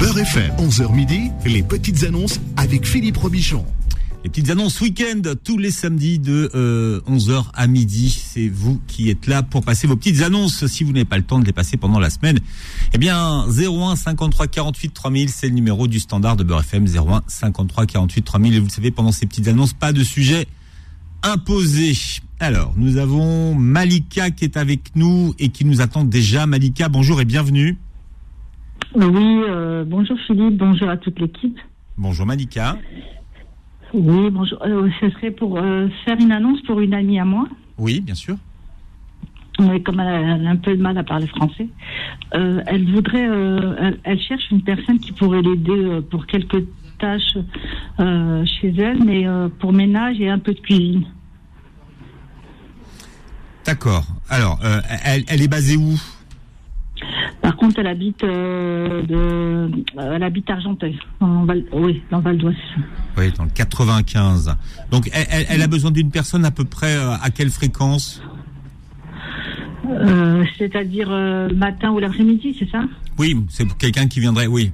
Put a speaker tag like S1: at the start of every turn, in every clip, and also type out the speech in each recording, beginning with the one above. S1: Beurre FM, 11h midi, les petites annonces avec Philippe Robichon.
S2: Les petites annonces week-end tous les samedis de euh, 11h à midi. C'est vous qui êtes là pour passer vos petites annonces. Si vous n'avez pas le temps de les passer pendant la semaine, eh bien 01 53 48 3000, c'est le numéro du standard de Beurre FM 01 53 48 3000. Et vous le savez, pendant ces petites annonces, pas de sujet imposé. Alors, nous avons Malika qui est avec nous et qui nous attend déjà. Malika, bonjour et bienvenue.
S3: Oui, euh, bonjour Philippe, bonjour à toute l'équipe.
S2: Bonjour Malika.
S3: Oui, bonjour. Euh, ce serait pour euh, faire une annonce pour une amie à moi.
S2: Oui, bien sûr.
S3: Oui, comme elle a, elle a un peu de mal à parler français, euh, elle voudrait, euh, elle, elle cherche une personne qui pourrait l'aider euh, pour quelques tâches euh, chez elle, mais euh, pour ménage et un peu de cuisine.
S2: D'accord. Alors, euh, elle, elle est basée où
S3: Par contre, elle habite, euh, de, euh, elle habite Argenteuil, dans Val, oui, dans Val d'Oise.
S2: Oui, dans le 95. Donc, elle, elle- elle a besoin d'une personne à peu près euh, à quelle fréquence
S3: Euh, C'est-à-dire euh, le matin ou l'après-midi, c'est ça
S2: Oui, c'est pour quelqu'un qui viendrait, oui.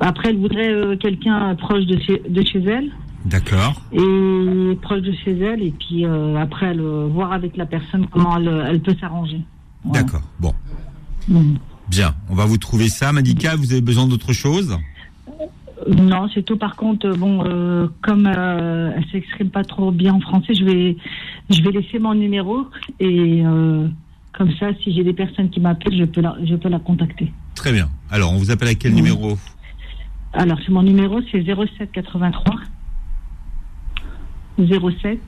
S3: Après, elle voudrait euh, quelqu'un proche de chez, de chez elle.
S2: D'accord.
S3: et proche de chez elle et puis euh, après elle, euh, voir avec la personne comment elle, elle peut s'arranger. Voilà.
S2: D'accord. Bon.
S3: Mm.
S2: Bien. On va vous trouver ça, Malika. Vous avez besoin d'autre chose
S3: Euh, Non, c'est tout. Par contre, euh, bon, euh, comme euh, elle s'exprime pas trop bien en français, je vais, je vais laisser mon numéro et euh, comme ça, si j'ai des personnes qui m'appellent, je peux la, je peux la contacter.
S2: Très bien. Alors, on vous appelle à quel
S3: Oui.
S2: numéro
S3: Alors, c'est mon numéro, c'est 07 83 07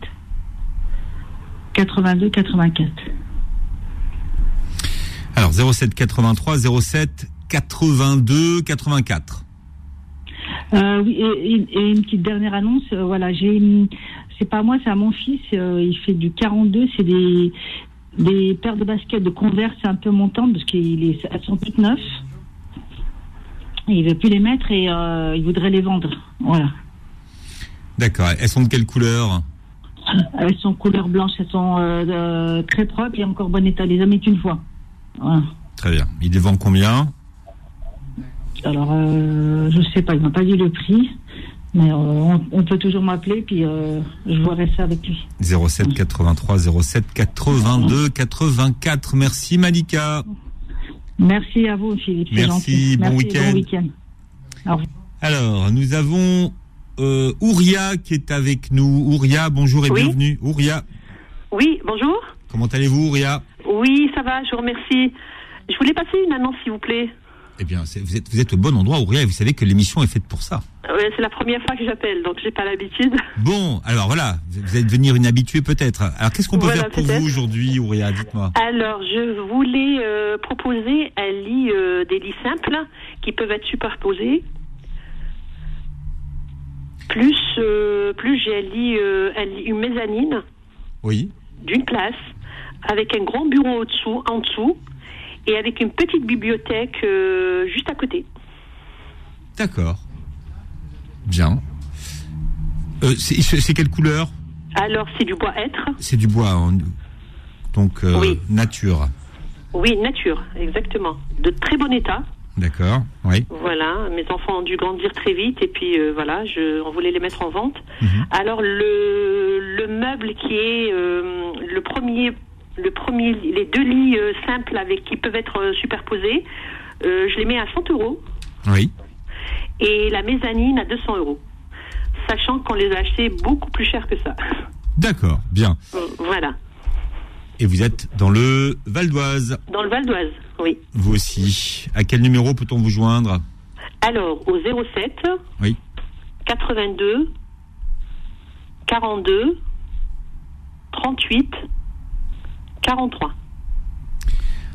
S3: 82 84.
S2: Alors, 07 83 07 82 84.
S3: Euh, oui, et, et- et une petite dernière annonce. euh, voilà, j'ai, une- c'est pas à moi, c'est à mon fils. euh, il fait du 42. C'est des des paires de baskets de Converse un peu montantes parce qu'il est, elles sont toutes neuves. Et il veut plus les mettre et euh, il voudrait les vendre. Voilà.
S2: D'accord. Elles sont de quelle couleur
S3: Elles sont couleur blanche, elles sont euh, euh, très propres et encore bon état. Les hommes est une fois. Voilà.
S2: Très bien. Il les vend combien
S3: Alors, euh, je sais pas, il m'a pas dit le prix, mais euh, on, on peut toujours m'appeler puis euh, je verrai ça avec lui.
S2: 07 83 07 82 84. Merci, Malika.
S3: Merci à vous, Philippe. c'est
S2: Merci,
S3: gentil.
S2: bon
S3: Merci,
S2: week-end.
S3: Au revoir.
S2: Alors, nous avons euh, Ouria qui est avec nous. Ouria, bonjour et
S4: Oui.
S2: bienvenue. Ouria,
S4: Oui, bonjour.
S2: comment allez-vous, Ouria
S4: Oui, ça va, je vous remercie. Je voulais passer une annonce, s'il vous plaît.
S2: Eh bien, c'est- vous êtes, vous êtes au bon endroit, Ouria, et vous savez que l'émission est faite pour ça.
S4: Ouais, Euh, c'est la première fois que j'appelle, donc j'ai pas l'habitude.
S2: Bon, alors voilà, vous vous allez devenir une habituée peut-être. Alors, qu'est-ce qu'on peut
S4: Voilà,
S2: faire pour
S4: peut-être.
S2: vous aujourd'hui, Ouria Dites-moi.
S4: Alors, je voulais euh, proposer un lit, euh, des lits simples qui peuvent être superposés. Plus, euh, plus j'ai un lit, euh, un lit- une mezzanine
S2: Oui,
S4: d'une place avec un grand bureau au-dessous, en dessous, et avec une petite bibliothèque euh, juste à côté.
S2: d'accord. Bien. Euh, c'est- c'est c'est quelle couleur
S4: Alors, c'est du bois être.
S2: C'est du bois, hein. donc euh,
S4: Oui.
S2: nature.
S4: Oui, nature, exactement. De très bon état.
S2: D'accord, oui.
S4: Voilà, mes enfants ont dû grandir très vite et puis euh, voilà, je, on voulait les mettre en vente.
S2: Mhm.
S4: Alors le, le meuble qui est euh, le premier, le premier, les deux lits euh, simples avec qui peuvent être euh, superposés, euh, je les mets à 100 euros
S2: Oui,
S4: et la mezzanine à 200 euros, sachant qu'on les a achetés beaucoup plus cher que ça.
S2: d'accord, bien.
S4: voilà,
S2: Et vous êtes dans le Val d'Oise.
S4: dans le Val d'Oise, oui.
S2: Vous aussi. À quel numéro peut-on vous joindre
S4: Alors, au 07
S2: Oui.
S4: 82 42 38 43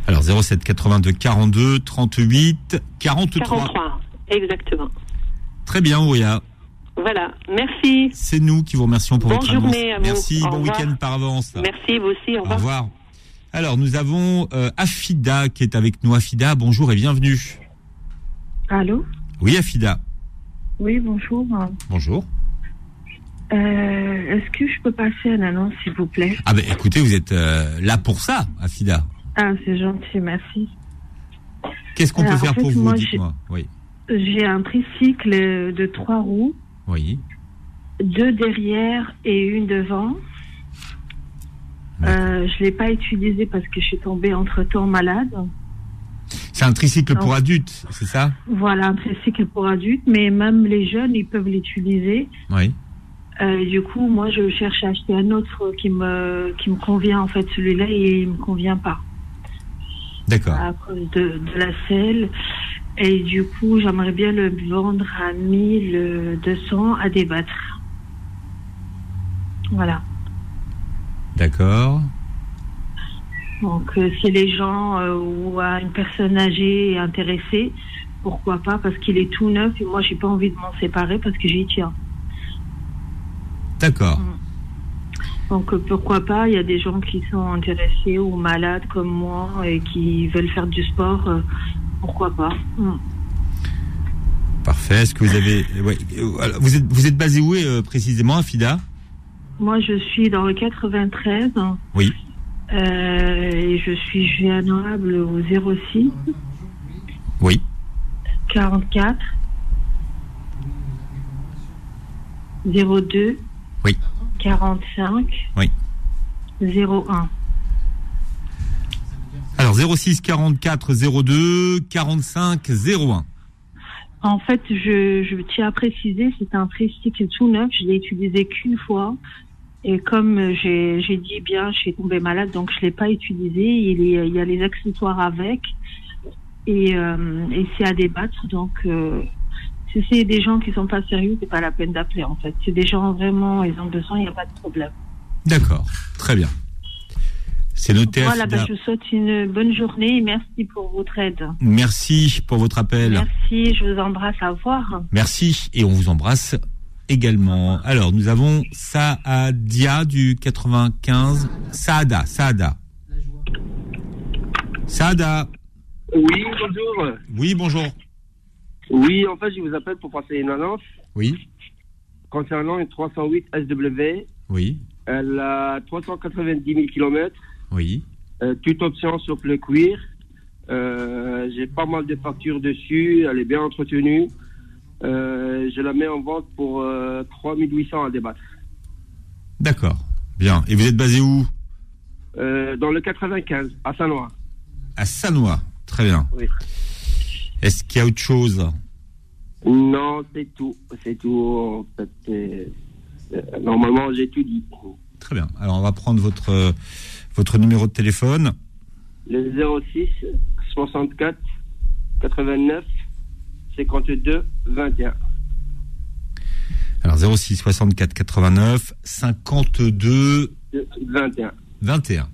S2: Alors 07 82 42 38 43.
S4: 43 exactement.
S2: Très bien, Ouria.
S4: Voilà, merci.
S2: C'est nous qui vous remercions pour
S4: Bonne
S2: votre annonce.
S4: journée à vous.
S2: Merci,
S4: Au
S2: bon
S4: revoir.
S2: week-end par avance.
S4: Merci vous aussi, au
S2: Au
S4: revoir.
S2: revoir. Alors nous avons euh, Afida qui est avec nous. Afida, bonjour et bienvenue.
S5: Allô
S2: Oui, Afida.
S5: Oui, bonjour.
S2: Bonjour.
S5: Euh, Est-ce que je peux passer une annonce, s'il vous plaît
S2: Ah ben écoutez, vous êtes euh, là pour ça, Afida.
S5: Ah, c'est gentil, merci.
S2: Qu'est-ce qu'on peut
S5: Alors, en
S2: faire
S5: fait,
S2: pour vous
S5: moi,
S2: Dites-moi. Oui.
S5: J'ai un tricycle euh, de trois roues,
S2: Oui.
S5: deux derrière et une devant. Euh, je l'ai pas utilisé parce que je suis tombée entre temps malade.
S2: C'est un tricycle pour
S5: Non.
S2: adultes, c'est ça
S5: Voilà, un tricycle pour adultes, mais même les jeunes, ils peuvent l'utiliser.
S2: Oui.
S5: Euh, du coup, moi, je cherche à acheter un autre qui me, qui me convient. En fait, celui-là, il me convient pas
S2: D'accord.
S5: à cause de, de la selle. Et du coup, j'aimerais bien le vendre à 1200 à débattre. Voilà.
S2: D'accord.
S5: Donc, euh, si les gens euh, ou à une personne âgée est intéressée, pourquoi pas Parce qu'il est tout neuf et moi, j'ai pas envie de m'en séparer parce que j'y tiens.
S2: D'accord.
S5: Mm. Donc euh, pourquoi pas, il y a des gens qui sont intéressés ou malades comme moi et qui veulent faire du sport, euh, pourquoi pas. Mm.
S2: Parfait. Est-ce que vous avez. ouais. Euh, alors, Vous, êtes, vous êtes basé où euh, précisément, à FIDA
S5: Moi je suis dans le 93 hein,
S2: Oui.
S5: euh, et je suis joignable au 06
S2: Oui.
S5: 44 02
S2: Oui.
S5: 45
S2: Oui.
S5: 01.
S2: Alors 06 44 02 45 01.
S5: En fait, je, je tiens à préciser, c'est un tricycle tout neuf. Je l'ai utilisé qu'une fois. Et comme euh, j'ai j'ai dit bien, je suis tombée malade, donc je l'ai pas utilisé. Il, est- il y a les accessoires avec. Et, euh, et c'est à débattre. Donc, euh, si c'est des gens qui sont pas sérieux, c'est pas la peine d'appeler, en fait. C'est des gens vraiment, ils ont besoin, il n'y a pas de problème.
S2: D'accord. Très bien. C'est noté à
S5: Voilà,
S2: FIDA.
S5: bah, je vous souhaite une bonne journée et merci pour votre aide.
S2: Merci pour votre appel.
S5: Merci, je vous embrasse, à revoir.
S2: Merci et on vous embrasse également. Alors, nous avons Saadia du 95. Saada, Saada. Saada.
S6: Oui, bonjour.
S2: Oui, bonjour.
S6: Oui, en fait, je vous appelle pour passer une annonce
S2: Oui,
S6: concernant une 308 SW.
S2: oui,
S6: Elle a 390 000 km,
S2: oui.
S6: Euh, toute option sauf le cuir. Euh, J'ai pas mal de factures dessus, elle est bien entretenue. Euh, je la mets en vente pour euh, 3800 à débattre.
S2: D'accord. Bien. Et vous êtes basé où
S6: Euh, dans le 95, à Saint-Noir.
S2: À Sanois. Très bien.
S6: Oui.
S2: Est-ce qu'il y a autre chose
S6: Non, c'est tout. C'est tout. En fait, c'est- euh, normalement, j'ai tout dit.
S2: Très bien. Alors, on va prendre votre, euh, votre numéro de téléphone.
S6: le 06 64 89 52 21.
S2: Alors, 06 64 89 52
S6: 21.
S2: 21.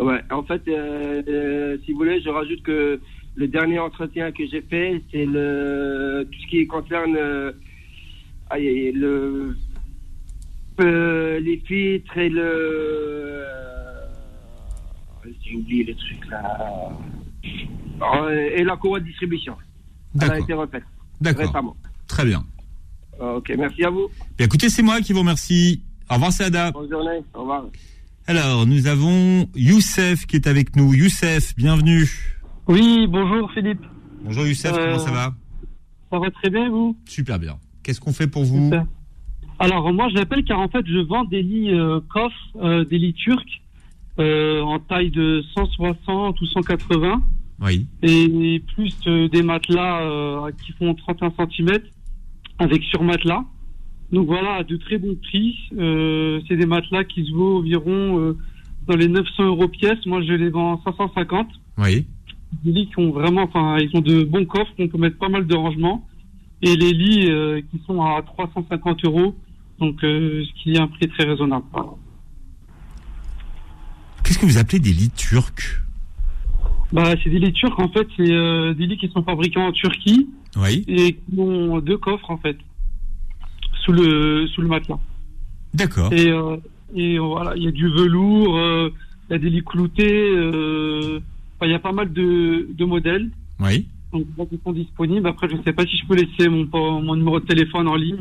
S6: Ouais, en fait, euh, euh, si vous voulez, je rajoute que le dernier entretien que j'ai fait, c'est le tout ce qui concerne euh, aïe, aïe, le euh, les filtres et le euh, j'ai oublié le truc là Euh, et la courroie de distribution. Elle a
S2: D'accord.
S6: été refaite
S2: D'accord.
S6: récemment.
S2: Très bien.
S6: Ah, Ok, merci à vous.
S2: Bien, écoutez, c'est moi qui vous remercie. Au revoir, Sada.
S6: Bonne journée. Au revoir.
S2: Alors, nous avons Youssef qui est avec nous. Youssef, bienvenue.
S7: Oui, bonjour Philippe.
S2: Bonjour Youssef,
S7: Euh,
S2: comment ça va
S7: Ça va très bien, vous
S2: Super bien. Qu'est-ce qu'on fait pour vous
S7: Super. Alors, moi, j'appelle car en fait, je vends des lits euh, coffres, euh, des lits turcs, euh, en taille de 160 ou 180,
S2: Oui,
S7: et plus euh, des matelas euh, qui font 31 cm avec surmatelas. Donc voilà, à de très bons prix. Euh, C'est des matelas qui se vaut environ euh, dans les 900 euros pièce. Moi, je les vends à 550.
S2: oui,
S7: des lits qui ont vraiment, enfin, ils ont de bons coffres, on peut mettre pas mal de rangements. Et les lits euh, qui sont à 350 euros, donc euh, ce qui est un prix très raisonnable.
S2: Qu'est-ce que vous appelez des lits turcs
S7: Bah, c'est des lits turcs en fait, c'est euh, des lits qui sont fabriqués en Turquie
S2: Oui,
S7: et qui ont deux coffres en fait sous le sous le matelas.
S2: d'accord.
S7: Et, euh, et euh, voilà, il y a du velours, euh, il y a des lits cloutés, euh, enfin, il y a pas mal de, de modèles.
S2: Oui,
S7: Donc, là, ils sont disponibles. Après, je ne sais pas si je peux laisser mon, mon numéro de téléphone en ligne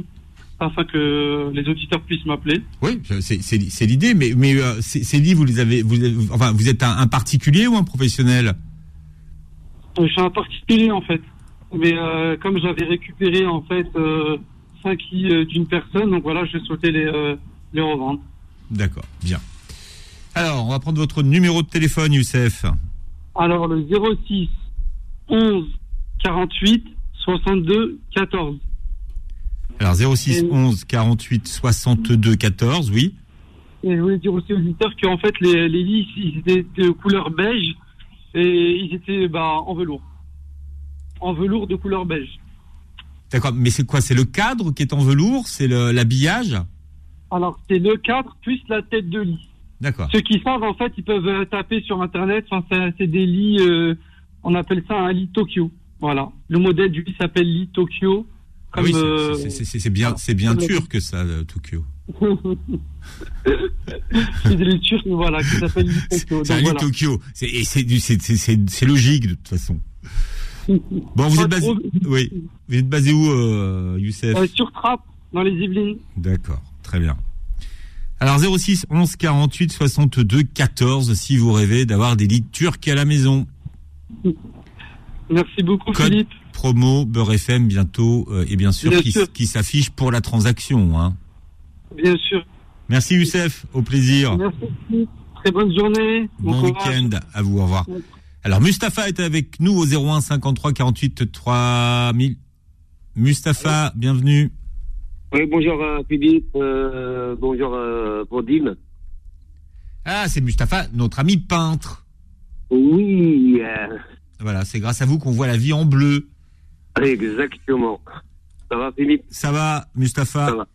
S7: afin que les auditeurs puissent m'appeler.
S2: oui, c'est- c'est c'est l'idée, mais, mais euh, ces ces lits, vous les avez, vous, avez- enfin, vous êtes un, un particulier ou un professionnel
S7: Euh, je suis un particulier en fait. Mais euh, comme j'avais récupéré en fait euh, 5 lits euh, d'une personne, donc voilà, je souhaitais les, euh, les revendre.
S2: D'accord, bien. Alors, on va prendre votre numéro de téléphone, Youssef.
S7: Alors le 06 11 48 62 14.
S2: Alors, 06 11 48 62 14, oui.
S7: Et je voulais dire aussi aux auditeurs qu'en fait les, les lits ils étaient de couleur beige et ils étaient bah, en velours. En velours de couleur beige.
S2: D'accord, mais c'est quoi C'est le cadre qui est en velours C'est le- l'habillage
S7: Alors c'est le cadre plus la tête de lit.
S2: D'accord.
S7: Ceux qui savent, en fait, ils peuvent euh, taper sur Internet. Enfin, c'est- c'est des lits, euh, on appelle ça un lit Tokyo. Voilà. Le modèle du lit s'appelle lit Tokyo.
S2: Ah
S7: Comme,
S2: oui, c'est-
S7: euh,
S2: c'est- c'est c'est- c'est bien, c'est bien
S7: comme-
S2: turc ça, le Tokyo.
S7: c'est des lits turcs, mais voilà, qui s'appelle lit Tokyo.
S2: C'est un
S7: Donc,
S2: lit
S7: voilà.
S2: Tokyo. C'est- et c'est du- c'est- c'est- c'est- c'est logique de toute façon. Bon, vous
S7: Pas
S2: êtes basé,
S7: trop.
S2: oui, vous êtes basé où, euh, Youssef
S7: Euh, sur Trappe, dans les Yvelines.
S2: D'accord, très bien. Alors 06 11 48 62 14 si vous rêvez d'avoir des lits turcs à la maison.
S7: Merci beaucoup,
S2: Code.
S7: Philippe.
S2: Promo Beurre FM bientôt euh, et bien sûr
S7: Bien
S2: qui,
S7: sûr.
S2: qui s'affiche pour la transaction. Hein.
S7: Bien sûr.
S2: Merci Youssef, au plaisir.
S7: Merci. Philippe. Très bonne journée.
S2: Ah. Bon
S7: courage.
S2: week-end à vous, au revoir. Alors Mustapha est avec nous au 01 53 48 3000. Mustapha, bienvenue.
S8: Oui, bonjour euh, Philippe, euh, bonjour euh, Pandine.
S2: Ah, c'est Mustapha, notre ami peintre.
S8: Oui, euh,
S2: Voilà, c'est grâce à vous qu'on voit la vie en bleu.
S8: exactement. Ça va Philippe
S2: Ça va, Ah, Mustapha
S8: Ça va.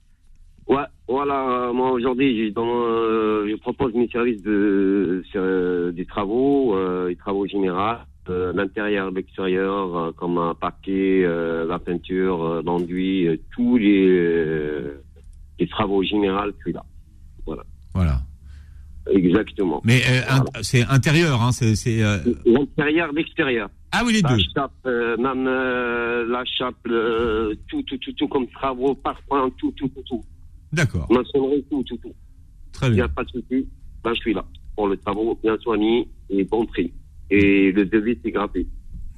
S8: Ouais, voilà, euh, moi aujourd'hui, j'ai dans, euh, je propose mes services de, sur, euh, des travaux, euh, des travaux généraux, euh, l'intérieur, l'extérieur, euh, comme un parquet, euh, la peinture, euh, l'enduit, euh, tous les, euh, les travaux généraux, je suis là.
S2: Voilà.
S8: Exactement.
S2: Mais euh, int- c'est intérieur, hein, c'est... c'est, euh,
S8: L'intérieur, l'extérieur.
S2: Ah oui, les
S8: La
S2: deux.
S8: chape, euh, même euh, la chape, euh, tout, tout, tout, tout, comme travaux, parfum, tout, tout, tout, tout.
S2: D'accord,
S8: Maçonnerie, tout, tout, tout.
S2: très
S8: Il n'y a
S2: bien.
S8: pas de souci. Là, je suis là. Pour le travaux bien soigné et bon prix. Et le devis, c'est gratuit.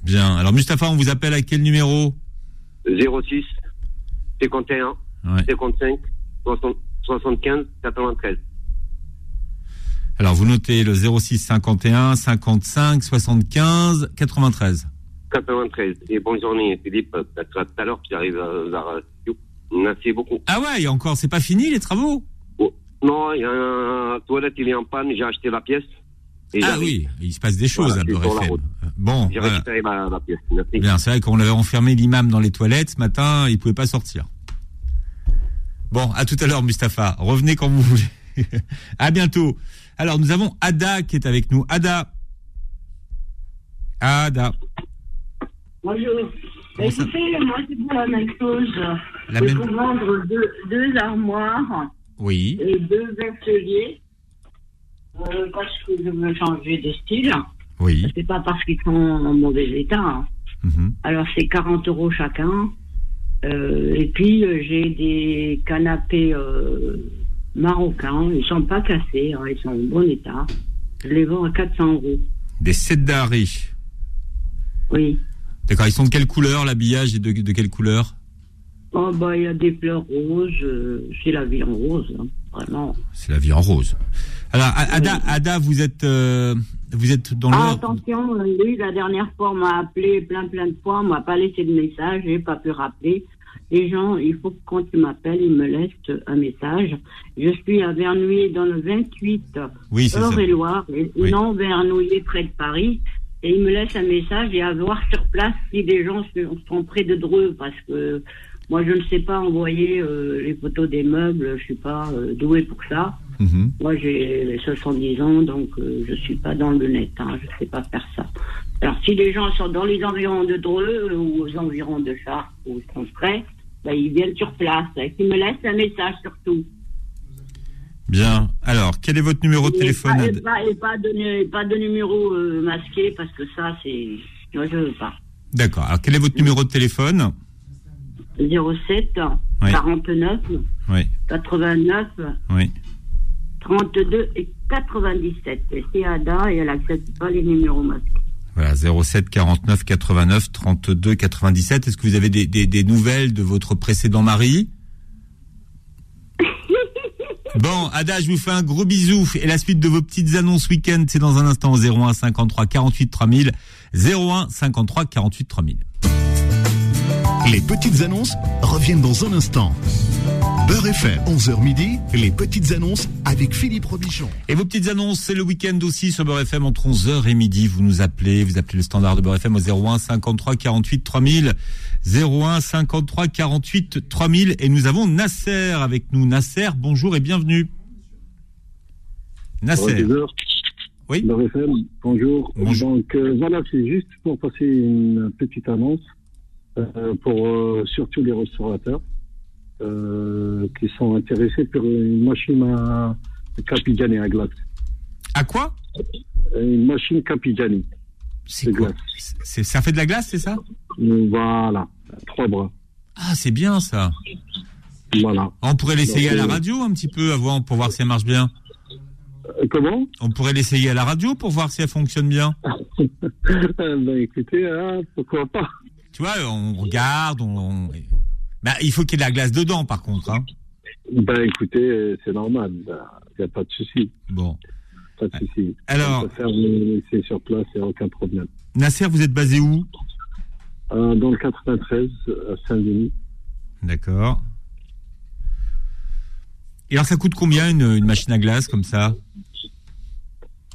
S2: Bien. Alors Mustapha, on vous appelle à quel numéro
S8: 06 51
S2: Ouais.
S8: 55 60 75 93.
S2: Alors vous notez le 06 51 55 75 93.
S8: 93. Et bonne journée, Philippe. Peut-être à tout à l'heure, j'arrive à la radio. Merci beaucoup.
S2: Ah ouais, il y a encore, c'est pas fini les travaux
S8: Non, il y a un toilette, il est en panne. J'ai acheté la pièce. Et
S2: Ah
S8: j'arrive.
S2: oui, il se passe des choses
S8: Voilà,
S2: à
S8: je suis
S2: Beurre
S8: sur la
S2: FM.
S8: route.
S2: Bon,
S8: J'ai
S2: voilà.
S8: récupéré ma, ma pièce. Merci.
S2: Eh bien, c'est vrai qu'on l'avait enfermé l'imam dans les toilettes ce matin, il pouvait pas sortir. Bon, à tout à l'heure Mustapha, revenez quand vous voulez. à bientôt. Alors nous avons Ada qui est avec nous. Ada. Ada.
S9: Bonjour. Bah,
S2: Comment ça-
S9: Écoutez, moi, c'est pour la même chose.
S2: La
S9: C'est
S2: même-
S9: pour vendre deux, deux armoires
S2: Oui.
S9: et deux ateliers euh, parce que je veux changer de style.
S2: Oui.
S9: C'est pas parce qu'ils sont en mauvais état. hein.
S2: Mhm.
S9: Alors, c'est 40 euros chacun. Euh, et puis, euh, j'ai des canapés euh, marocains. Ils sont pas cassés. hein, Ils sont en bon état. Je les vends à 400 euros.
S2: Des sedari.
S9: Oui.
S2: D'accord, ils sont de quelle couleur l'habillage et de, de quelle couleur
S9: Oh, bah, il y a des fleurs roses. euh, c'est la vie en rose. hein, Vraiment.
S2: C'est la vie en rose. Alors A- Ada, Ada, vous êtes euh, vous êtes dans
S9: Ah,
S2: le
S9: attention, lui, la dernière fois, on m'a appelé plein, plein de fois, on m'a pas laissé de message, j'ai pas pu rappeler. Les gens, il faut que quand ils m'appellent, ils me laissent un message. Je suis à Vernouillet dans le 28,
S2: Oui, c'est ça.
S9: Eure-et-Loire, et
S2: Oui.
S9: non Vernouillet près de Paris. Et ils me laissent un message et à voir sur place si des gens se- sont près de Dreux, parce que moi, je ne sais pas envoyer euh, les photos des meubles, je suis pas doué douée pour ça.
S2: Mhm.
S9: Moi, j'ai 70 ans, donc euh, je suis pas dans le net. Hein, je sais pas faire ça. Alors, si les gens sont dans les environs de Dreux euh, ou aux environs de Chartres ou sont prêts, bah, ils viennent sur place. Et Ils me laissent un message surtout.
S2: Bien. Alors, quel est votre numéro de
S9: Et
S2: téléphone
S9: pas-
S2: Ada
S9: Et pas, et pas de, nu- et pas de numéro euh, masqué parce que ça, c'est. Moi, je veux pas.
S2: D'accord. Alors, quel est votre numéro de téléphone
S9: 07
S2: Oui.
S9: 49
S2: Oui,
S9: 89
S2: oui.
S9: 32 et 97. Et c'est Ada et elle accepte pas les numéros masqués.
S2: Voilà, 07 49 89 32 97. Est-ce que vous avez des, des- des nouvelles de votre précédent mari Bon, Ada, je vous fais un gros bisou. Et la suite de vos petites annonces week-end, c'est dans un instant au 01 53 48 3000. 01 53 48 3000.
S1: Les petites annonces reviennent dans un instant. Beurre FM, 11h midi, les petites annonces avec Philippe Robichon.
S2: Et vos petites annonces, c'est le week-end aussi sur Beurre FM entre 11h et midi. Vous nous appelez, vous appelez le standard de Beurre FM au 01 53 48 3000. 01 53 48 3000. Et nous avons Nasser avec nous. Nasser, bonjour et bienvenue. Nasser.
S10: Bonjour.
S2: Oui.
S10: bonjour. Donc euh, voilà, c'est juste pour passer une petite annonce euh, pour euh, surtout les restaurateurs euh, qui sont intéressés par une machine à Capigani à glace.
S2: À quoi
S10: Une machine Capigani.
S2: C'est quoi C'est- Ça fait de la glace, c'est ça
S10: Voilà, trois bras.
S2: Ah, c'est bien ça.
S10: Voilà.
S2: On pourrait l'essayer à la
S10: Donc, euh,
S2: radio un petit peu avant pour voir si elle marche bien.
S10: Euh, Comment
S2: On pourrait l'essayer à la radio pour voir si elle fonctionne bien.
S10: ben écoutez, hein, pourquoi pas
S2: Tu vois, on regarde, on. on- Bah, il faut qu'il y ait de la glace dedans, par contre. hein.
S10: Ben écoutez, euh, c'est normal, il n'y a pas de souci.
S2: Bon.
S10: Pas de souci.
S2: Alors-
S10: On peut faire, euh, C'est sur place, il n'y a aucun problème.
S2: Nasser, vous êtes basé où
S10: Euh, dans le 93, à Saint-Denis.
S2: D'accord. Et alors, ça coûte combien une, une machine à glace comme ça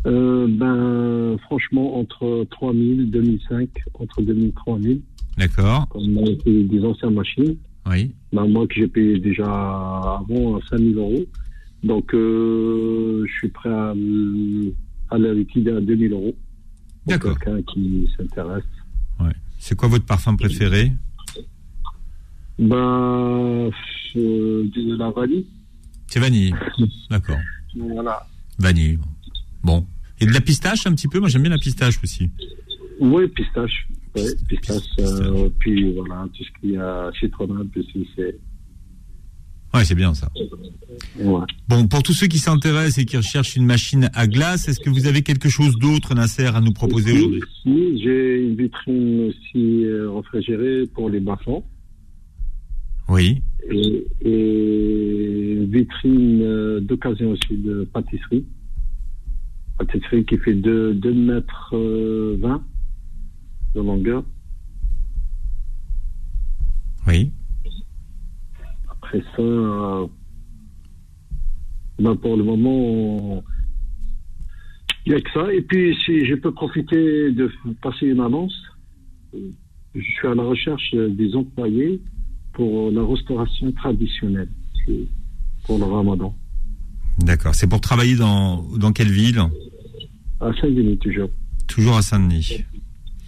S10: Euh, ben, franchement, entre 3000, 2005, entre 2000 3000.
S2: D'accord.
S10: Comme on fait des anciennes machines.
S2: Oui.
S10: Ben, moi, que j'ai payé déjà avant à 5000 euros. Donc, euh, je suis prêt à, à la liquider à 2000 euros. Pour
S2: D'accord.
S10: quelqu'un qui s'intéresse.
S2: Ouais. C'est quoi votre parfum préféré
S10: Ben, euh, de la vanille.
S2: C'est vanille. D'accord.
S10: Voilà.
S2: Vanille. Bon. Et de la pistache un petit peu Moi, j'aime bien la pistache aussi.
S10: Oui, pistache. Ouais, pistache. euh, puis voilà, tout ce qu'il y a citronnade, puis si c'est.
S2: Ouais, c'est bien ça.
S10: Ouais.
S2: Bon, pour tous ceux qui s'intéressent et qui recherchent une machine à glace, est-ce que vous avez quelque chose d'autre, Nasser, à nous proposer aujourd'hui
S10: Oui, j'ai une vitrine aussi euh, réfrigérée pour les bas-fonds
S2: Oui.
S10: et, et une vitrine euh, d'occasion aussi de pâtisserie. Pâtisserie qui fait de 2 mètres euh, 20 de longueur.
S2: Oui.
S10: Après ça, euh, ben, pour le moment, on- il n'y a que ça. Et puis, si je peux profiter de f- passer une annonce, je suis à la recherche euh, des employés pour la restauration traditionnelle euh, pour le ramadan.
S2: D'accord. C'est pour travailler dans, dans quelle ville
S10: À Saint-Denis, toujours.
S2: Toujours à Saint-Denis.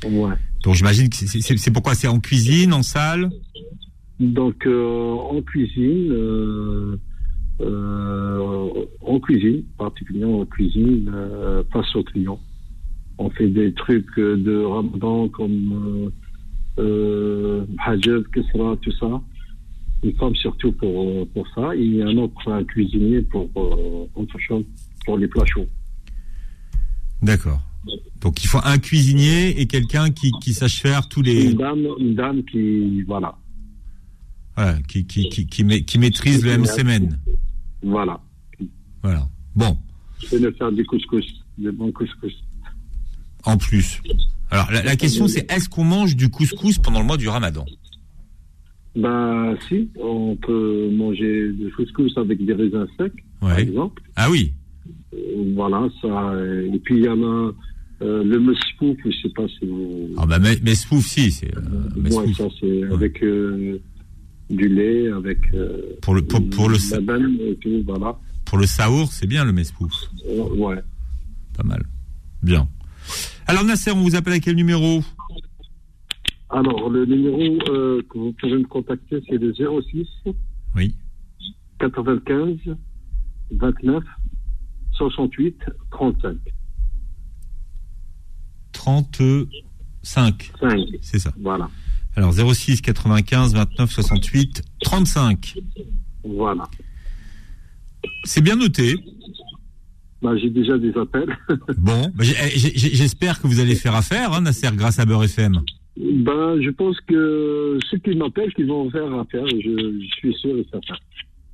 S10: Ouais.
S2: Donc j'imagine que c'est- c'est c'est pourquoi c'est en cuisine, en salle
S10: Donc, euh, en cuisine, euh, euh, en cuisine, particulièrement en cuisine, euh, face aux clients. On fait des trucs euh, de ramadan comme euh, euh, hajab, kesra, tout ça. Une femme surtout pour, euh, pour ça. Et un autre un cuisinier pour euh, autre chose, pour les plats chauds.
S2: D'accord. Donc il faut un cuisinier et quelqu'un qui, qui sache faire tous les...
S10: Une dame, une dame qui, voilà,
S2: Voilà, qui, qui, qui, qui, ma- qui maîtrise le MCMN.
S10: voilà.
S2: Voilà. Bon,
S10: C'est de faire du couscous, des bons couscous.
S2: en plus. Alors la, la question c'est est-ce qu'on mange du couscous pendant le mois du ramadan
S10: Ben si, on peut manger du couscous avec des raisins secs, par exemple.
S2: Ah oui
S10: Euh, Voilà, ça. euh, Et puis il y en a euh, le mespouf, je sais pas si vous...
S2: Ah bah mais, mais spouf, si, c'est... euh, mais
S10: Ouais,
S2: spouf.
S10: ça c'est avec euh, du lait, avec... euh,
S2: Pour le- pour- pour le-
S10: de la banane et tout, voilà.
S2: Pour le saour, c'est bien le mespouf.
S10: Euh, Ouais.
S2: Pas mal. Bien. Alors Nasser, on vous appelle à quel numéro
S10: Alors, le numéro euh, que vous pouvez me contacter, c'est le 06
S2: Oui.
S10: 95 29 68 35.
S2: 35. C'est ça.
S10: Voilà.
S2: Alors 06 95 29 68 35.
S10: Voilà.
S2: C'est bien noté.
S10: Bah, j'ai déjà des appels.
S2: Bon, bah, j'ai- j'ai- j'ai- j'espère que vous allez faire affaire, hein, Nasser, grâce à Beurre FM.
S10: Ben, je pense que ceux qui m'appellent, qu'ils vont faire affaire, je, je suis sûr et certain.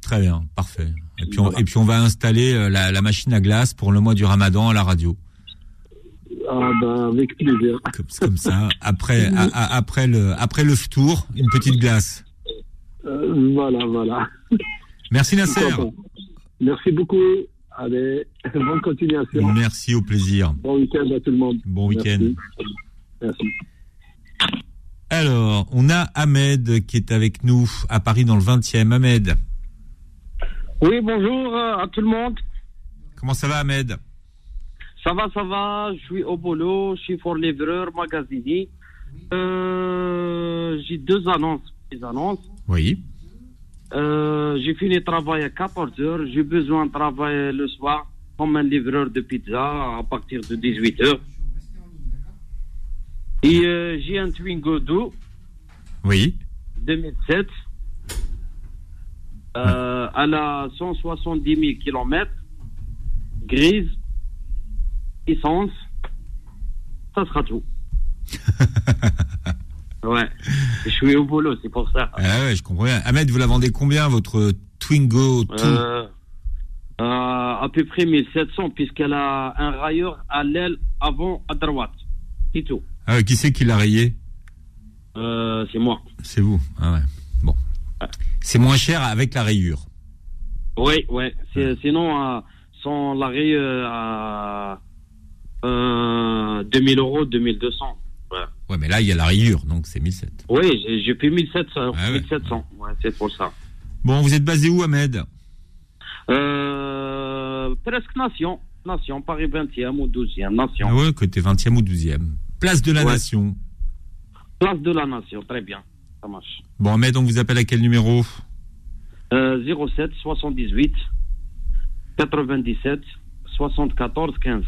S2: Très bien, parfait. Et puis on, et puis on va installer euh, la, la machine à glace pour le mois du Ramadan à la radio.
S10: Ah ben, avec plaisir.
S2: Comme, comme ça, après,
S11: Mhm.
S2: a- a- après le, après le tour, une petite glace.
S10: Euh, voilà, voilà.
S2: Merci Nasser.
S10: Merci beaucoup. Allez, bonne continuation.
S2: Merci, au plaisir.
S10: Bon week-end à tout le monde.
S2: Bon week-end.
S10: Merci. Merci.
S2: Alors, on a Ahmed qui est avec nous à Paris dans le 20e. Ahmed,
S11: Oui, bonjour euh, à tout le monde.
S2: comment ça va Ahmed
S11: Ça va, ça va. Je suis au boulot, je suis pour livreur, magasinier. Euh, j'ai deux annonces. Des annonces.
S2: Oui.
S11: Euh, j'ai fini le travail à 14 heures. J'ai besoin de travailler le soir comme un livreur de pizza à partir de 18 heures. Et euh, j'ai un Twingo 2
S2: Oui.
S11: 2007 euh, à la 170 000 km grise essence ça sera tout ouais je suis au boulot c'est pour ça
S2: Ah ouais, je comprends bien. Ahmed, vous la vendez combien votre Twingo 2
S11: Euh, euh, à peu près 1700 puisqu'elle a un railleur à l'aile avant à droite c'est tout
S2: Ah ouais, Qui c'est qui l'a rayé
S11: Euh, c'est moi
S2: C'est vous. Ah ouais. Bon. C'est moins cher avec la rayure.
S11: Oui, oui. C'est- Sinon, euh, sans l'arrêt euh, à euh, 2000 euros, 2200. Ouais.
S2: Ouais, mais là, il y a la rayure, donc c'est 1700.
S11: Oui, j'ai- j'ai payé 1700.
S2: Ah
S11: 1700. Ouais, c'est pour ça.
S2: Bon, vous êtes basé où, Ahmed
S11: Euh, presque Nation. Nation, Paris 20e ou 12e. Nation.
S2: Ah ouais, côté 20e ou 12e. Place de la
S11: Ouais.
S2: Nation.
S11: Place de la Nation. Très bien. Ça marche.
S2: Bon, Ahmed, on vous appelle à quel numéro
S11: Euh, 07 78 97 74 15.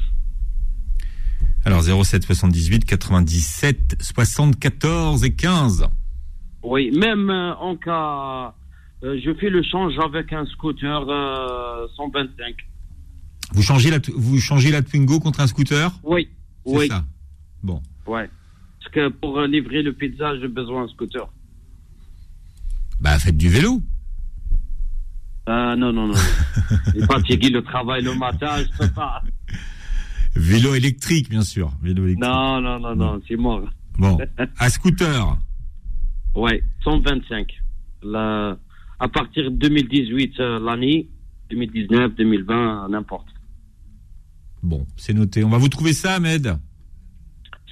S2: Alors, 07 78 97 74 et 15.
S11: Oui, même euh, en cas. euh, je fais le change avec un scooter euh, 125.
S2: Vous changez la, vous changez la Twingo contre un scooter
S11: Oui,
S2: C'est
S11: oui.
S2: ça. Bon.
S11: Ouais. Parce que pour euh, livrer le pizza, j'ai besoin d'un scooter.
S2: Bah, faites du vélo.
S11: Ah non, non, non. J'ai fatigué le travail le matin, je peux pas.
S2: Vélo électrique, bien sûr. Vélo électrique.
S11: Non, non, non, non, c'est mort.
S2: Bon. À scooter.
S11: Ouais, 125. Là, à partir de 2018, euh, l'année, 2019, 2020, n'importe.
S2: Bon, c'est noté. On va Bah, vous trouver ça, Ahmed.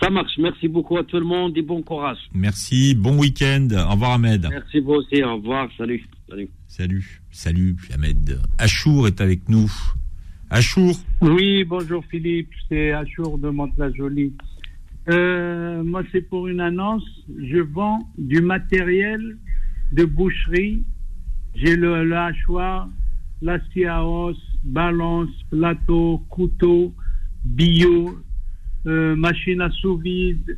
S11: Ça marche. Merci beaucoup à tout le monde et bon courage.
S2: Merci. Bon week-end. Au revoir, Ahmed.
S11: Merci vous aussi. Au revoir. Salut. Salut.
S2: Salut. Salut, Ahmed. Achour est avec nous. Achour.
S12: Oui, bonjour Philippe, c'est Achour de Mantes-la-Jolie. Euh, moi, c'est pour une annonce. Je vends du matériel de boucherie. J'ai le, le hachoir, la scie à os, balance, plateau, couteau, bio, euh, machine à sous vide,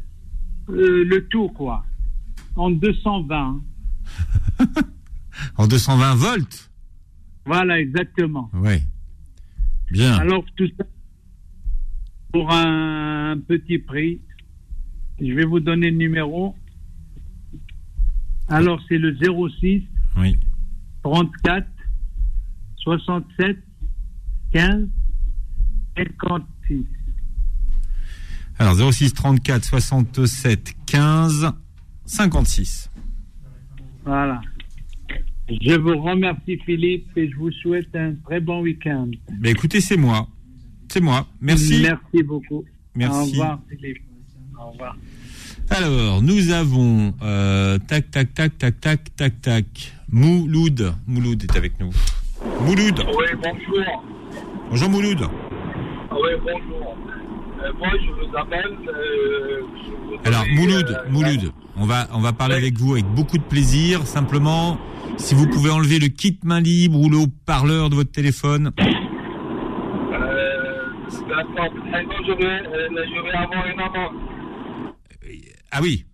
S12: euh, le tout quoi. En 220.
S2: En 220 volts.
S12: Voilà, exactement.
S2: Ouais. Bien.
S12: Alors, tout ça pour un petit prix. Je vais vous donner le numéro. Alors, c'est le 06
S2: Oui.
S12: 34 67 15 56.
S2: Alors, 06 34 67 15 56.
S12: Voilà. Je vous remercie, Philippe, et je vous souhaite un très bon week-end.
S2: Ben, écoutez, c'est moi. C'est moi. Merci.
S12: Merci beaucoup.
S2: Merci.
S12: Au revoir, Philippe. Au revoir.
S2: Alors, nous avons euh, tac tac tac tac tac tac tac. Mouloud, Mouloud est avec nous. Mouloud.
S13: Oui, bonjour.
S2: Bonjour Mouloud.
S13: Oui, bonjour. Euh, moi, je vous appelle. euh, je vous
S2: Alors
S13: donne,
S2: Mouloud,
S13: euh,
S2: Mouloud, on va on va parler avec vous avec beaucoup de plaisir. Simplement, si vous pouvez enlever le kit main libre ou le haut-parleur de votre téléphone.
S13: euh, D'accord. Un jour, je vais, euh, je vais avoir une amende.
S2: Ah oui.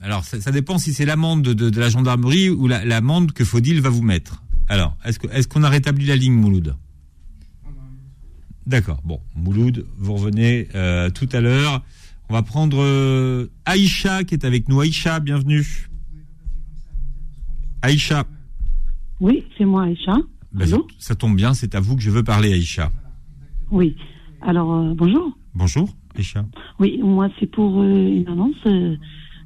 S2: Alors ça, ça dépend si c'est l'amende de, de la gendarmerie ou la- l'amende que Faudil va vous mettre. Alors, est-ce que est-ce qu'on a rétabli la ligne Mouloud D'accord. Bon, Mouloud, vous revenez euh, tout à l'heure. On va prendre euh, Aïcha qui est avec nous. Aïcha, bienvenue. Aïcha.
S14: Oui, c'est moi, Aïcha.
S2: Ben, ça, ça tombe bien, c'est à vous que je veux parler, Aïcha.
S14: Oui. Alors, euh, bonjour.
S2: Bonjour, Aïcha.
S14: Oui, moi, c'est pour euh, une annonce. Euh,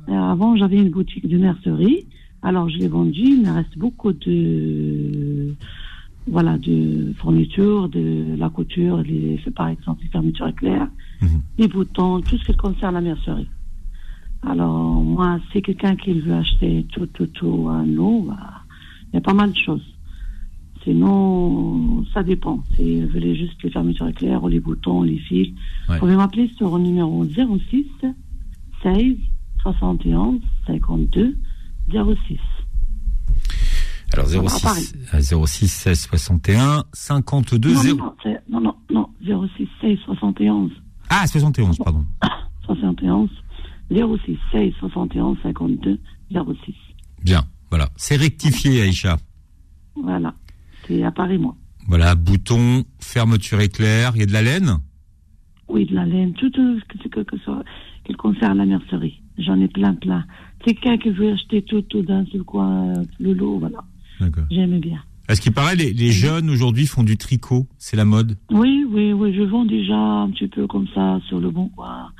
S14: euh, avant, j'avais une boutique de mercerie. Alors, je l'ai vendue. Il me reste beaucoup de. Voilà, de fournitures, de la couture, les, par exemple, les fermetures éclairs, les boutons, tout ce qui concerne la mercerie. Alors, moi, si quelqu'un qui veut acheter tout, tout, tout à nous, bah, il y a pas mal de choses. Sinon, ça dépend. Si vous voulez juste les fermetures éclairs ou les boutons, les fils,
S2: Ouais.
S14: vous pouvez m'appeler sur le numéro 06 16 71 52 06.
S2: Alors
S14: Ça va,
S2: 06,
S14: Ah, pareil.
S2: euh, 06 16 61 52
S14: non,
S2: 0.
S14: non, non, c'est- non, non, non, 06 16 71
S2: Ah, 71, pardon.
S14: 71 06 16 71 52 06.
S2: Bien, voilà. C'est rectifié, Aïcha.
S14: Voilà. C'est à Paris, moi.
S2: Voilà, bouton, fermeture éclair, il y a de la laine
S14: Oui, de la laine, tout euh, ce que- ce que, que soit, qu'il concerne la mercerie. J'en ai plein, plein. C'est quelqu'un qui veut acheter tout, tout d'un seul coin, euh, le lot, voilà.
S2: D'accord.
S14: J'aime bien.
S2: Est-ce qu'il paraît, les, les jeunes aujourd'hui font du tricot, c'est la mode
S14: Oui, oui, oui, je vends déjà un petit peu comme ça, sur le bon coin.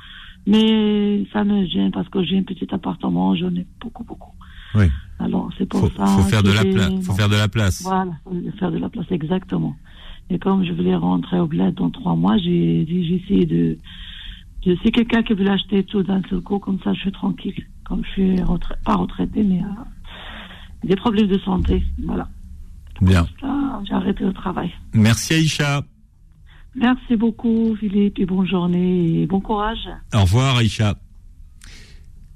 S14: Mais ça me gêne parce que j'ai un petit appartement, j'en ai beaucoup, beaucoup.
S2: Oui.
S14: Alors, c'est pour ça.
S2: faut faire
S14: que
S2: de la
S14: j'ai-
S2: pla- faut faire de la place.
S14: Voilà, faut faire de la place, exactement. Et comme je voulais rentrer au bled dans trois mois, j'ai dit, j'ai essayé de. Je sais quelqu'un qui veut l'acheter tout d'un seul coup, comme ça je suis tranquille. Comme je suis retra- pas retraitée, mais euh, des problèmes de santé. Voilà.
S2: Bien.
S14: Ah, j'ai arrêté le travail.
S2: Merci Aïcha.
S14: Merci beaucoup, Philippe, et bonne journée, et bon courage.
S2: Au revoir Aïcha.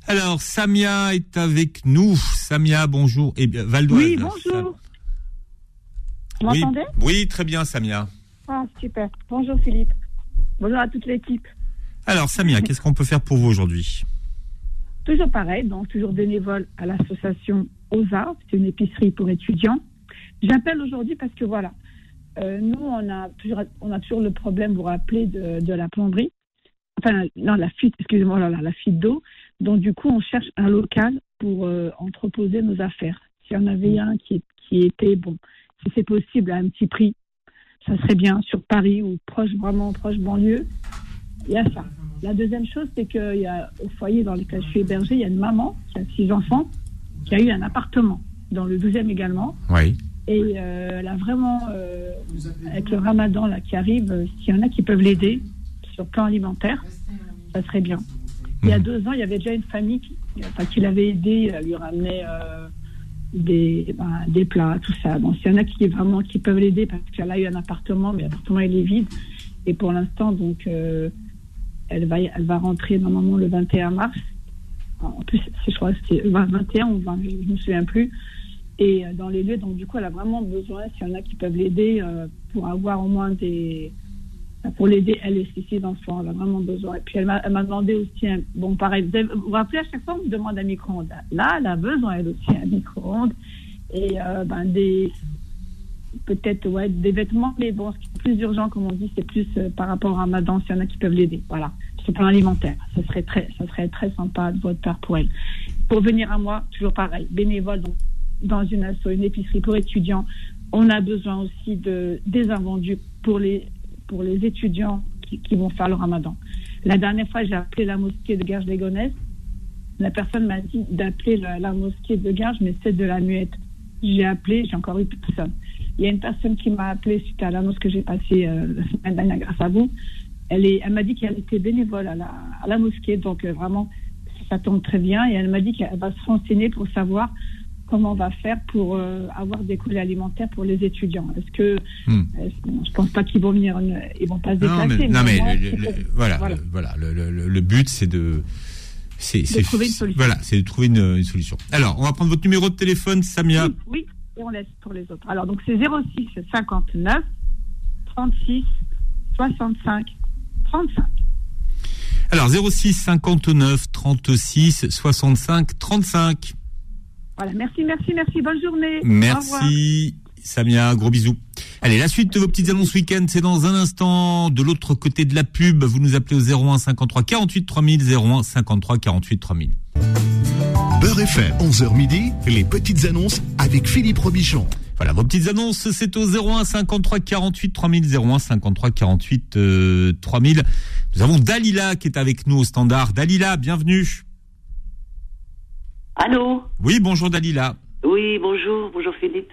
S2: Alors, Samia est avec nous. Samia, bonjour. Eh bien, Val d'Oise.
S15: Oui, bonjour. Vous
S2: Oui,
S15: m'entendez
S2: oui, très bien, Samia.
S15: Ah, super. Bonjour Philippe. Bonjour à toute l'équipe.
S2: Alors, Samia, qu'est-ce qu'on peut faire pour vous aujourd'hui
S15: Toujours pareil, donc toujours bénévole à l'association OSA, c'est une épicerie pour étudiants. J'appelle aujourd'hui parce que voilà, euh, nous, on a, toujours, on a toujours le problème, vous vous rappelez, de, de la plomberie. Enfin, non, la fuite, excusez-moi, là, là, la fuite d'eau. Donc, du coup, on cherche un local pour euh, entreposer nos affaires. S'il y en avait un qui, qui était, bon, si c'est possible, à un petit prix, ça serait bien sur Paris ou proche, vraiment proche banlieue. Il y a ça. La deuxième chose, c'est qu'il y a au foyer dans lequel je suis hébergée, il y a une maman qui a six enfants, qui a eu un appartement dans le 12e également.
S2: Oui.
S15: Et euh, elle a vraiment, euh, avec le ramadan là, qui arrive, euh, s'il y en a qui peuvent l'aider sur le plan alimentaire, ça serait bien. Il y a deux ans, il y avait déjà une famille qui, enfin, qui l'avait aidé, elle lui ramenait euh, des, ben, des plats, tout ça. Bon, s'il y en a qui, vraiment, qui peuvent l'aider parce qu'elle a eu un appartement, mais l'appartement il est vide. Et pour l'instant, donc, euh, elle, va, elle va rentrer normalement le 21 mars. En plus, je crois que c'était le 20, 21 ou 20, je ne me souviens plus et euh, dans les lieux. Donc, du coup, elle a vraiment besoin, s'il y en a qui peuvent l'aider, euh, pour avoir au moins des. pour l'aider, elle et ses six enfants. Elle a vraiment besoin. Et puis, elle m'a elle m'a demandé aussi. un- Bon, pareil, vous avez- vous vous rappelez, à chaque fois, on me demande un micro-ondes. Là, elle a besoin, elle aussi, un micro-ondes. Et euh, ben, des. Peut-être, ouais, des vêtements, mais bon, ce qui est plus urgent, comme on dit, c'est plus euh, par rapport à Madan, s'il y en a qui peuvent l'aider. Voilà. Sur le plan alimentaire. Ça serait, très, ça serait très sympa de votre part pour elle. Pour venir à moi, toujours pareil, bénévole, donc dans une asso, une épicerie pour étudiants. On a besoin aussi de des invendus pour les pour les étudiants qui, qui vont faire le ramadan. La dernière fois, j'ai appelé la mosquée de garges les La personne m'a dit d'appeler la, la mosquée de Garges, mais c'est de la muette. J'ai appelé, j'ai encore eu personne. Il y a une personne qui m'a appelé suite à l'annonce que j'ai passée euh, la semaine dernière grâce à vous. Elle, est, elle m'a dit qu'elle était bénévole à la, à la mosquée, donc euh, vraiment, ça tombe très bien. Et elle m'a dit qu'elle va se renseigner pour savoir comment on va faire pour euh, avoir des colis alimentaires pour les étudiants. Est-ce que
S2: Hmm.
S15: euh, je pense pas qu'ils vont venir, euh, ils vont pas se
S2: Non,
S15: déplacer.
S2: mais, non,
S15: au
S2: mais
S15: moins,
S2: le- le-
S15: c'est-
S2: le- voilà,
S15: voilà.
S2: le- voilà, le, le- le- le but c'est de, c'est, c'est-
S15: trouver une
S2: c'est-
S15: solution.
S2: Voilà, c'est de trouver une, une solution. Alors, on va prendre votre numéro de téléphone, Samia.
S15: Oui, et on laisse pour les autres. Alors, donc, c'est 06 59 36 65 35.
S2: Alors 06 59 36 65 35.
S15: Voilà, merci, merci, merci. Bonne journée. Au revoir.
S2: Merci Samia, gros bisous. Allez, la suite de vos petites annonces week-end, c'est dans un instant. De l'autre côté de la pub, vous nous appelez au 01 53 48 3000, 01 53 48 3000.
S1: Beurre FM, 11h midi, les petites annonces avec Philippe Robichon.
S2: Voilà, vos petites annonces, c'est au 01 53 48 3000, 01 53 48 euh, 3000. Nous avons Dalila qui est avec nous au standard. Dalila, bienvenue.
S16: Allô
S2: Oui, bonjour Dalila.
S16: Oui, bonjour, bonjour Philippe.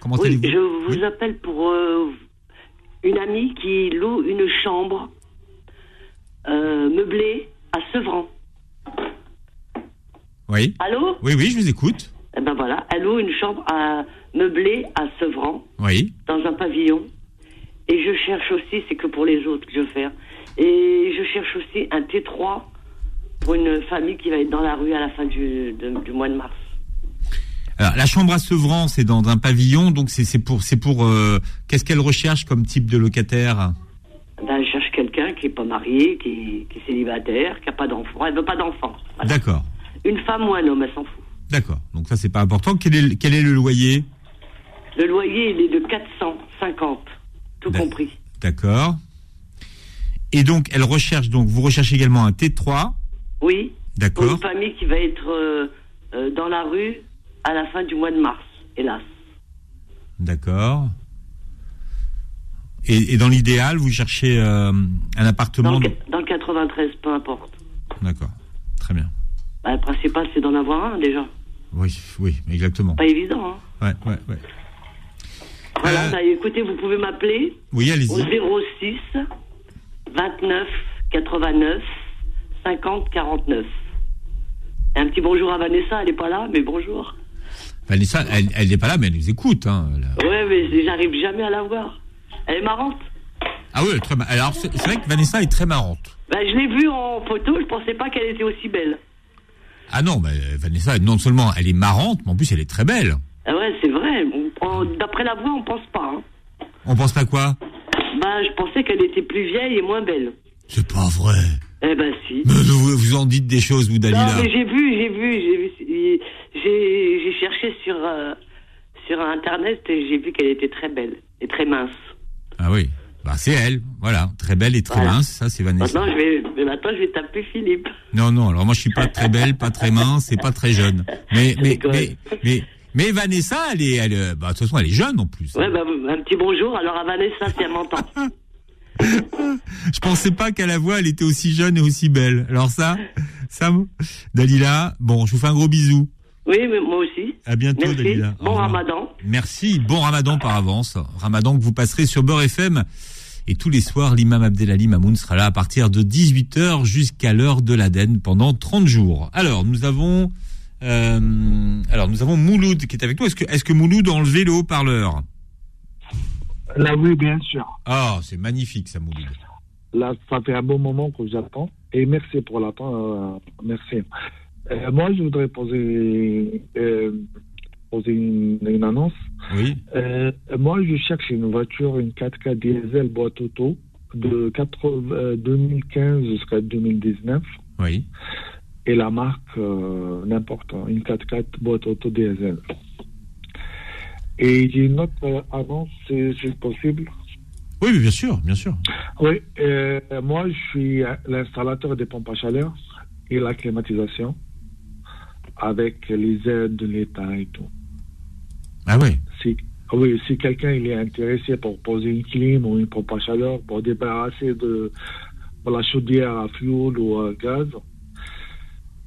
S2: Comment
S16: oui,
S2: allez-vous
S16: je vous appelle pour euh, une amie qui loue une chambre euh, meublée à Sevran.
S2: Oui.
S16: Allô
S2: Oui, oui, je vous écoute.
S16: Eh ben voilà, elle loue une chambre à, meublée à Sevran,
S2: Oui.
S16: dans un pavillon. Et je cherche aussi, c'est que pour les autres que je veux faire. Et je cherche aussi un T3 pour une famille qui va être dans la rue à la fin du, de- du mois de mars.
S2: Alors, la chambre à Sevran, c'est dans un pavillon, donc c'est c'est pour, c'est pour. euh, Qu'est-ce qu'elle recherche comme type de locataire
S16: Ben, je cherche quelqu'un qui n'est pas marié, qui, qui est célibataire, qui n'a pas d'enfant. Elle veut pas d'enfant.
S2: D'accord,
S16: Une femme ou un homme, elle s'en fout.
S2: d'accord. Donc ça, c'est pas important. Quel est, le- quel est le loyer
S16: Le loyer, il est de 450, tout compris.
S2: D'accord. Et donc, elle recherche, donc, vous recherchez également un T3,
S16: Oui, pour
S2: d'accord
S16: une famille qui va être euh, euh, dans la rue à la fin du mois de mars, hélas.
S2: D'accord. Et, et dans l'idéal, vous cherchez euh, un appartement.
S16: Dans le 93, peu importe.
S2: D'accord. Très bien.
S16: Bah, le principal, c'est d'en avoir un déjà.
S2: Oui, oui, exactement.
S16: Pas évident. Hein.
S2: Ouais, ouais, ouais.
S16: Voilà, bah, écoutez, vous pouvez m'appeler
S2: Oui, allez-y.
S16: au 06 29 89 50 49. Et un petit bonjour à Vanessa, elle n'est pas là, mais bonjour.
S2: Vanessa, elle elle n'est pas là, mais elle nous écoute. hein, là.
S16: Ouais, mais j'arrive jamais à la voir. Elle est marrante.
S2: Ah oui, très ma- Alors, c'est c'est vrai que Vanessa est très marrante.
S16: Bah, je l'ai vue en photo, je pensais pas qu'elle était aussi belle.
S2: Ah non, mais Vanessa, non seulement elle est marrante, mais en plus elle est très belle.
S16: Ah ouais, c'est vrai. on- on- D'après la voix, on pense pas. hein.
S2: On pense pas quoi
S16: Bah, je pensais qu'elle était plus vieille et moins belle.
S2: C'est pas vrai.
S16: Eh ben si.
S2: Mais vous, vous en dites des choses, vous, Dalila.
S16: Non, mais j'ai vu, j'ai vu, j'ai vu. J'ai j'ai cherché sur, euh, sur Internet et j'ai vu qu'elle était très belle et très mince.
S2: Ah oui. Bah, c'est elle. Voilà. Très belle et très
S16: Voilà.
S2: mince. Ça, c'est Vanessa.
S16: Maintenant, je vais, mais maintenant, je vais taper Philippe.
S2: Non, non. Alors, moi, je suis pas très belle, pas très mince et pas très jeune. Mais, mais, mais, mais, mais Vanessa, elle est, elle, euh, bah, de toute façon, elle est jeune, en plus.
S16: Ouais, bah, un petit bonjour alors à Vanessa si elle m'entend.
S2: Je pensais pas qu'à la voix, elle était aussi jeune et aussi belle. Alors ça, ça, Dalila, bon, je vous fais un gros bisou.
S16: Oui, mais moi aussi.
S2: À bientôt,
S16: Merci.
S2: Dalila. Au
S16: Bon
S2: revoir.
S16: ramadan.
S2: Merci. Bon ramadan par avance. Ramadan que vous passerez sur Beurre FM. Et tous les soirs, l'imam Abdelali Mamoun sera là à partir de 18h jusqu'à l'heure de l'Aden pendant 30 jours. Alors, nous avons, euh, alors, nous avons Mouloud qui est avec nous. Est-ce que, est-ce que Mouloud a enlevé le haut-parleur?
S17: Là, oui, bien sûr.
S2: Ah, c'est magnifique, ça, Mouloud.
S17: Là, ça fait un bon moment que j'attends. Et merci pour l'attente. euh, merci. Euh, moi, je voudrais poser, euh, poser une, une annonce.
S2: Oui.
S17: Euh, moi, je cherche une voiture, une 4K diesel boîte auto de 80 euh, 2015 jusqu'à 2019.
S2: Oui.
S17: Et la marque, euh, n'importe, hein, une 4x4 boîte auto diesel. Et j'ai une autre euh, annonce, si si possible.
S2: Oui, mais bien sûr, bien sûr.
S17: Oui, euh, moi je suis euh, l'installateur des pompes à chaleur et la climatisation avec les aides de l'État et tout.
S2: Ah oui
S17: Si, oui, si quelqu'un il est intéressé pour poser une clim ou une pompe à chaleur pour débarrasser de pour la chaudière à fioul ou à gaz,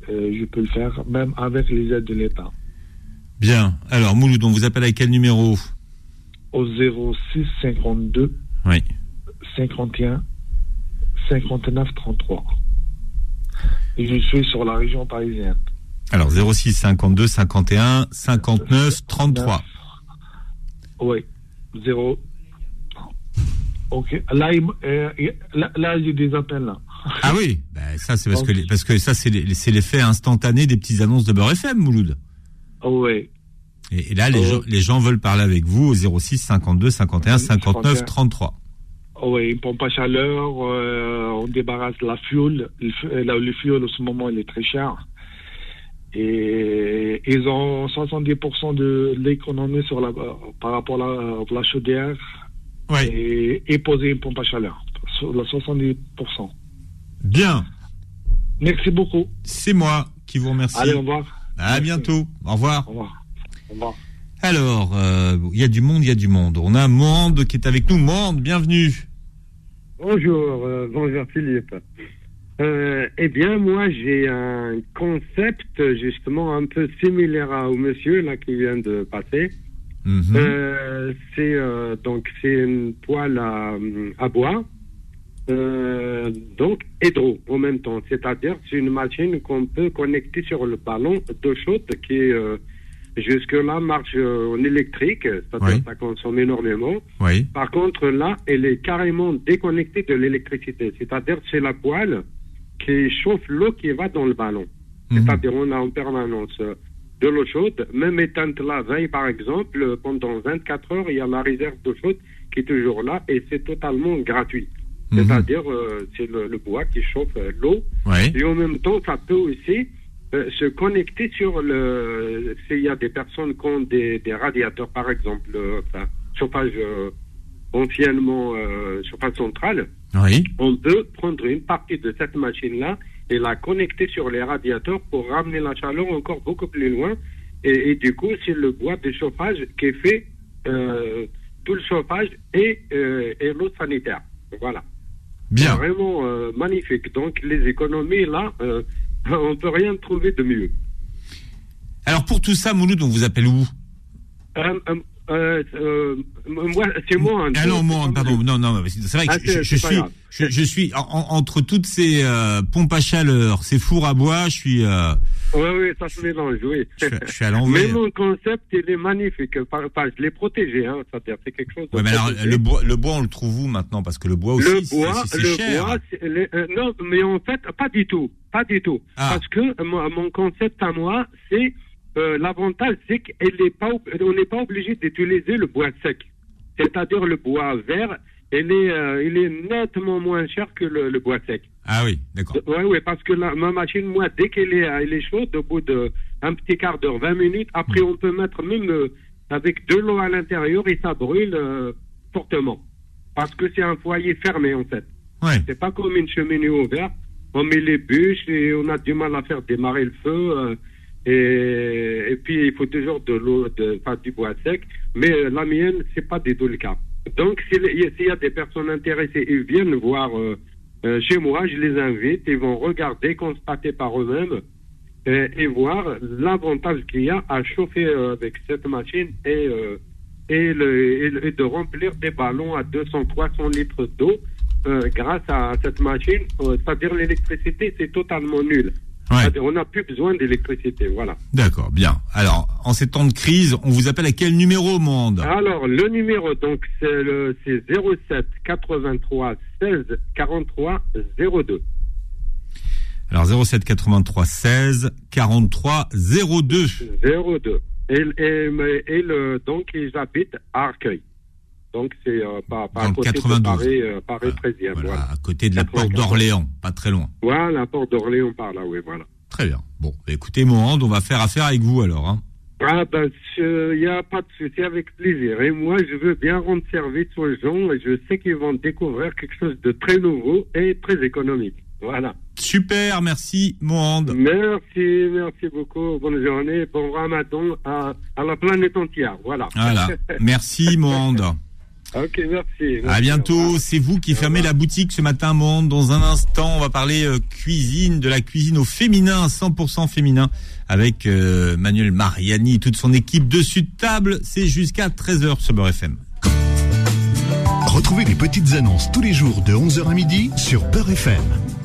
S17: euh, je peux le faire même avec les aides de l'État.
S2: Bien. Alors, Mouloud, on vous appelle à quel numéro?
S17: Au 06 52
S2: Oui.
S17: 51 59 33. Et je suis sur la région parisienne.
S2: Alors 06 52 51 59 33.
S17: Oui, zéro. Ok, là, il m- euh, il- là, là, j'ai des appels. Là.
S2: Ah oui, ben, ça c'est parce que les- parce que ça c'est les- c'est l'effet instantané des petites annonces de Beurre FM, Mouloud.
S17: Oui.
S2: Et, et là les,
S17: Oh.
S2: gens, les gens veulent parler avec vous au 06 52 51 59 33.
S17: Oui, une pompe à chaleur, euh, on débarrasse la fuel. Le, fu- euh, là, le fuel, en ce moment, il est très cher. Et ils ont 70% de l'économie sur la, par rapport à la, à la chaudière et, et poser une pompe à chaleur. Sur la 70%.
S2: Bien.
S17: Merci beaucoup.
S2: C'est moi qui vous remercie.
S17: Allez, au revoir.
S2: À bientôt. Au revoir.
S17: Au revoir. Au revoir.
S2: Alors, euh, il y a du monde, il y a du monde. On a Monde qui est avec nous. Monde, bienvenue.
S18: Bonjour, euh, bonjour Philippe. Euh, eh bien, moi, j'ai un concept justement un peu similaire à- au monsieur là qui vient de passer.
S5: Mhm.
S18: Euh, c'est euh, donc c'est une poêle à, à bois, euh, donc hydro en même temps. C'est-à-dire c'est une machine qu'on peut connecter sur le ballon d'eau chaude qui euh, jusque-là marche euh, en électrique, c'est-à-dire ça consomme énormément.
S2: Oui.
S18: Par contre, là, elle est carrément déconnectée de l'électricité. C'est-à-dire que c'est la poêle qui chauffe l'eau qui va dans le ballon. C'est-à-dire on a en permanence euh, de l'eau chaude, même éteinte la veille, par exemple, euh, pendant 24 heures, il y a la réserve d'eau chaude qui est toujours là et c'est totalement gratuit. C'est-à-dire, euh, c'est le, le bois qui chauffe euh, l'eau.
S2: Mhm. Ouais.
S18: Et en même temps, ça peut aussi euh, se connecter sur le. S'il y a des personnes qui ont des, des radiateurs, par exemple, euh, enfin, chauffage euh, anciennement euh, chauffage central,
S2: Oui.
S18: on peut prendre une partie de cette machine-là et la connecter sur les radiateurs pour ramener la chaleur encore beaucoup plus loin. Et, et du coup, c'est le bois de chauffage qui fait euh, tout le chauffage et, euh, et l'eau sanitaire. Voilà.
S2: Bien.
S18: Vraiment euh, magnifique. Donc, les économies, là, euh, on peut rien trouver de mieux.
S2: Alors, pour tout ça, Mouloud, on vous appelle où
S18: Euh, euh, euh, euh, moi, c'est moi. hein.
S2: Ah non, Monde, pardon. Non, non, mais c'est c'est vrai que
S18: Ah,
S2: je,
S18: c'est-
S2: je
S18: c'est pas
S2: suis,
S18: grave.
S2: je, je suis en- en- entre toutes ces euh, pompes à chaleur, ces fours à bois, je suis. euh,
S18: Oui, oui, ça se mélange, oui.
S2: Je, je suis à l'envers.
S18: Mais mon concept, il est magnifique. Enfin, enfin, je l'ai protégé, hein, c'est-à-dire c'est quelque chose. de
S2: Ouais, mais alors,
S18: protégé.
S2: le bois, le bois, on le trouve où maintenant Parce que le bois aussi,
S18: le
S2: c'est-
S18: bois,
S2: c'est c'est
S18: le
S2: cher.
S18: bois, c'est- le- euh, non, mais en fait, pas du tout, pas du tout.
S2: Ah.
S18: Parce que euh, moi, mon concept à moi, c'est euh, l'avantage, c'est qu'on n'est pas, ob- on n'est pas obligé d'utiliser le bois sec, c'est-à-dire le bois vert. Il est, euh, il est nettement moins cher que le, le bois sec.
S2: Ah oui, d'accord.
S18: Oui, oui, Euh, parce que la, ma machine, moi, dès qu'elle est, elle est chaude, au bout d'un petit quart d'heure, 20 minutes, après, on peut mettre même euh, avec de l'eau à l'intérieur et ça brûle euh, fortement. Parce que c'est un foyer fermé, en fait. C'est pas comme une cheminée ouverte. On met les bûches et on a du mal à faire démarrer le feu. euh, et, et puis, il faut toujours de l'eau, de, enfin, du bois sec. Mais euh, la mienne, c'est pas du tout le cas. Donc, s'il y a- s'il y a des personnes intéressées, ils viennent voir euh, euh, chez moi, je les invite, ils vont regarder, constater par eux-mêmes euh, et voir l'avantage qu'il y a à chauffer euh, avec cette machine et, euh, et, le- et le- et de remplir des ballons à 200-300 litres d'eau euh, grâce à cette machine. Euh, C'est-à-dire l'électricité, c'est totalement nul. C'est-à-dire, On n'a plus besoin d'électricité, voilà.
S2: D'accord, bien. Alors, en ces temps de crise, on vous appelle à quel numéro, Monde
S18: Alors, le numéro, donc, c'est le- c'est 07 83 16 43 02.
S2: Alors, 07 83 16 43 02.
S18: 02. Et, et, mais- et le, donc, ils habitent à Arcueil. Donc, c'est euh, pas, pas à
S2: Dans le
S18: côté
S2: 92.
S18: de Paris, euh, Paris 13e. Voilà,
S2: À côté de la porte d'Orléans, pas très loin.
S18: Voilà, porte d'Orléans par là, oui, voilà.
S2: Très bien. Bon, bah, écoutez, Monde, on va faire affaire avec vous alors. hein.
S18: Ah ben, il n'y a pas de souci, avec plaisir. Et moi, je veux bien rendre service aux gens et je sais qu'ils vont découvrir quelque chose de très nouveau et très économique. Voilà.
S2: Super, merci, Monde.
S18: Merci, merci beaucoup. Bonne journée, bon ramadan à, à la planète entière. Voilà.
S2: Voilà. merci, Monde.
S18: ok, merci.
S2: À bientôt. C'est vous qui fermez la boutique ce matin, Monde. Dans un instant, on va parler euh, cuisine, de la cuisine au féminin, 100% féminin, avec euh, Manuel Mariani et toute son équipe dessus de table. C'est jusqu'à 13h sur Beurre FM.
S1: Retrouvez les petites annonces tous les jours de 11h à midi sur Peur FM.